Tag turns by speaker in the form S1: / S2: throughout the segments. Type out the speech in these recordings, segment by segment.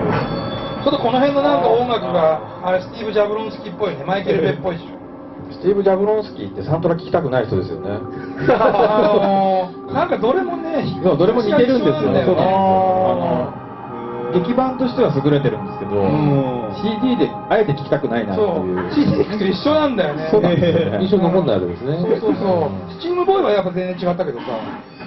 S1: ょっとこの辺のなんか音楽が、あれ、スティーブ・ジャブロンスキーっぽいね、マイケル・ベっぽいでしょ。
S2: スティーブ・ジャブロンスキーってサントラ聞きたくない人ですよね。
S1: あのーなんかどれもね、
S2: でもどれも似てるんですよね。
S1: 昔は一緒なんだよね
S2: あの劇版としては優れてるんですけど
S1: うん、
S2: CD であえて聞きたくないなって
S1: そ
S2: いう
S1: う、。シークと一緒なんだよね。
S2: そうなんですよね印象に残んないわけですね
S1: そうそうそう。スチームボーイはやっぱ全然違ったけどさ。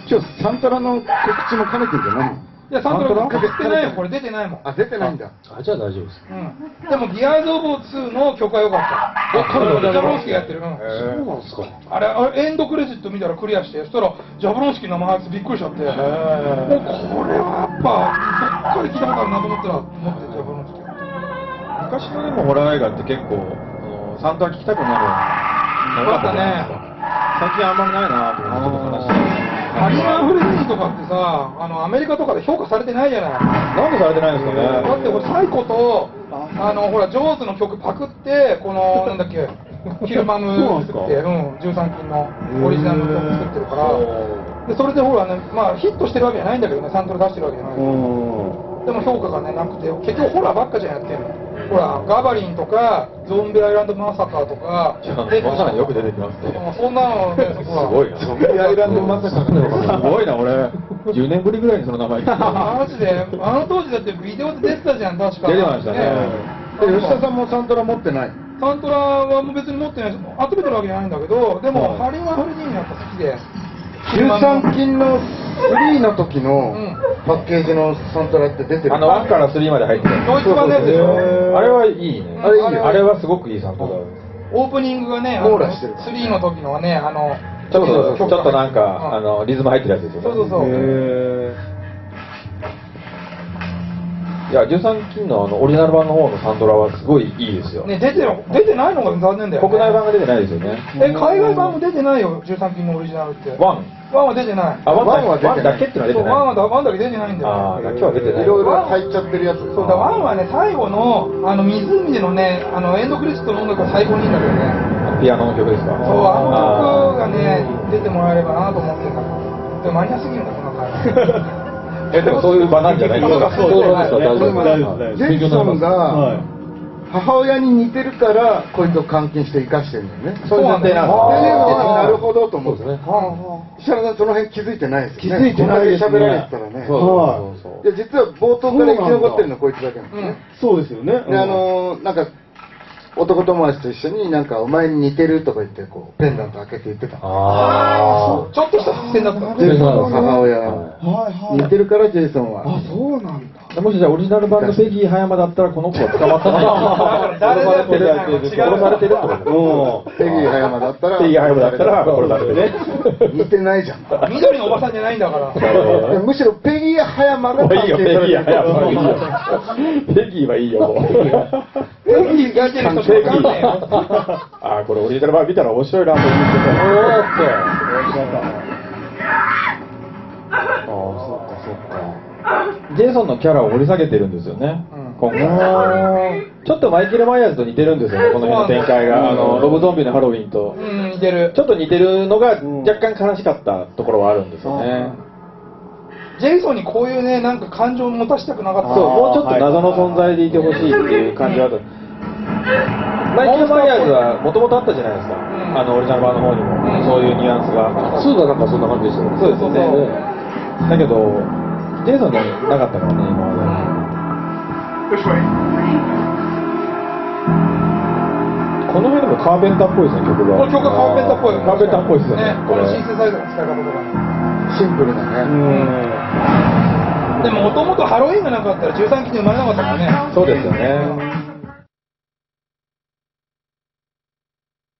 S3: 今日サントラの告知も兼ねてるじゃないの
S1: いや、サントラかけてないよ、これ出てないもん。
S3: あ出てないんだ
S2: あ、じゃあ大丈夫です。
S1: うん。でも、ギアーズ・オブ・2の曲は良かった。
S2: あ彼女
S1: ジャブロンスキーやってる。うん
S3: そうなんですか
S1: あれ、あれエンドクレジット見たらクリアして、そしたら、ジャブロンスキー生配信びっくりしちゃって、もうこれはやっぱ、どっかで聞いたことあるなと思ったら、思って、ジャブロンスキー。
S2: 昔のでもホラー映画って結構、あのサントラ聞きたくなる。
S1: よかったね
S2: 最近あんまりないなと思ってちょっと話して。
S1: ハリマン・フレディとかってさ、あの、アメリカとかで評価されてないじゃない。
S2: なんでされてないんですかね。
S1: だって俺サイコとあのほらジョーズの曲パクってこ のなんだっけヒルマム作って、うん、13金のオリジナルの曲作ってるからでそれでほらねまあヒットしてるわけじゃないんだけどねサントラ出してるわけじゃないけどでも評価がねなくて結局ホラーばっかじゃんやってるのほらガバリンとかゾンビアイランドマサカーとか
S2: いやまさによく出てきますね
S1: もうそんなの ね
S2: す
S1: ほら
S2: ごいな。
S3: アイランドまさかの
S2: すごいな、俺。10年ぶりぐらいにその名前聞い
S1: マ
S2: た。
S1: ジであの当時だってビデオで出てたじゃん確か
S2: 出てましたね
S3: で吉田さんもサントラ持ってない
S1: サントラはもう別に持ってないし、集めてるわけじゃないんだけど、でも、
S2: はい
S1: ハリマン・フレディにやっぱ好きで、
S3: 13金の3の時の
S1: うん
S3: パッケージのサントラって出てる
S2: あの、1から3まで入ってる。
S1: ドイツ版のやつでしょ、
S2: あれはいいね。
S3: あれいいよ
S2: あれはすごくいいサントラです。
S1: オープニングがね、あ
S3: 網
S1: の
S3: 羅してる
S1: 3の時のはね、あの、
S2: ちょっと、ち
S1: 曲
S2: ょ
S1: が
S2: っとなんか、あ
S1: うん
S2: の、リズム入ってるやつですよね。
S1: そうそうそう
S2: へーいや、13金のあの、オリジナル版の方のサントラはすごいいいですよ。
S1: ね、出てる出てないのが残念だよ、ね、
S2: 国内版が出てないですよね。
S1: え、海外版も出てないよ、13金のオリジナルって。
S2: ワン。
S1: ワンは出てない。
S2: あ、ワンだ
S3: ワンは出
S2: ワ
S3: てない
S2: ンだけっていうのは出て
S1: そう
S2: ない。
S1: ワンはだワンだけ出てないんだよ、
S2: あー今日は出てない
S3: いろいろ入っちゃってるやつ
S1: そうだ、ワンはね、最後の、あの、湖でのね、あの、エンドクレジットの音楽が最高にいいんだけどね。
S2: ピアノの曲ですか
S1: そう、あの曲がね、出てもらえればなと思ってたから。でもマニアすぎるんだ、この 回。
S2: あーえ、でもそういう場なんじゃないですか。
S4: そう
S2: そう
S4: そう
S2: なんですか、大丈夫
S4: 大
S2: で
S4: 丈夫大
S3: ジェイソン
S4: は
S3: が
S4: い
S3: 母親に似てるからこいつを監禁して生かしてるんだよね
S1: そうなんだよ
S3: なるほどと
S2: す。そ
S3: 思
S2: う
S3: う
S2: ですね。
S3: 石原さんその辺気づいてないですよね
S4: 気づいてないですね
S3: こんだけ喋られてたらね
S2: そうそうそうそう。
S3: で実は冒頭から生き残ってるのこいつだけなんですね、
S4: そうですよね。
S3: であのーなんか男友達と一緒になんかお前に似てるとか言ってこうペンダント開けて言ってた
S2: あ
S1: ちょっとした作戦だったの
S3: ジェイソンの母親、
S2: は
S4: はいはい。
S3: 似てるからジェイソンは
S4: あ、そうなんだ。
S2: あ。もしじゃあオリジナル版のペギー葉山だったらこの子は捕まったな
S1: 誰だって言わない
S2: 殺されてるってこと
S4: う
S3: ペギー葉山だったら
S2: ペギー葉山だったら殺されてね。
S3: 似てないじゃ ん
S1: 緑のおばさんじゃないんだから。
S3: でむしろペギー葉山が
S2: もういいよ、ペ
S3: されて
S2: ギー
S3: る
S2: 葉山はいいよ。 ペギーはいいよ、もう。
S1: ペギーが出てる人し
S2: ペギ
S1: かわかんないよ。
S2: ー。あー、これオリジナル版見たら面白いなと 思ってた。ああ、そっかそっか。ジェイソンのキャラを掘り下げてるんですよね、
S1: うん
S2: 今回。ちょっとマイケル・マイヤーズと似てるんですよね、この辺の展開が。あの、ロブゾンビのハロウィンと。
S1: うん、似てる
S2: ち。ょっと似てるのが
S4: うん
S2: 若干悲しかったところはあるんですよね。
S1: ジェイソンにこういうね、なんか感情を持たせたくなか
S2: そう、
S1: った。
S2: もうちょっと謎の存在でいてほしいっていう感じはあった。マイケル・マイヤーズはもともとあったじゃないですか、
S1: ん
S2: あのオリジナル版の方に
S1: う
S2: も、
S1: ん
S2: そういうニュアンスが。そうだ、なんかそんな感じでしたね。そうですよね。
S1: そうそう
S2: だけど、ジェイソンがなかったからね、今まで。この辺でもカーペンターっぽいですね、曲が。
S1: この曲がカーペンターっぽいよ。
S2: カーペンターっぽいですよね。
S1: こ
S2: これ
S1: のシンセサイザーの使い方とか。
S3: シンプルだね、
S2: うん
S1: でも、もともとハロウィンがなかったら13期に生まれなかったからね。
S2: そうですよね。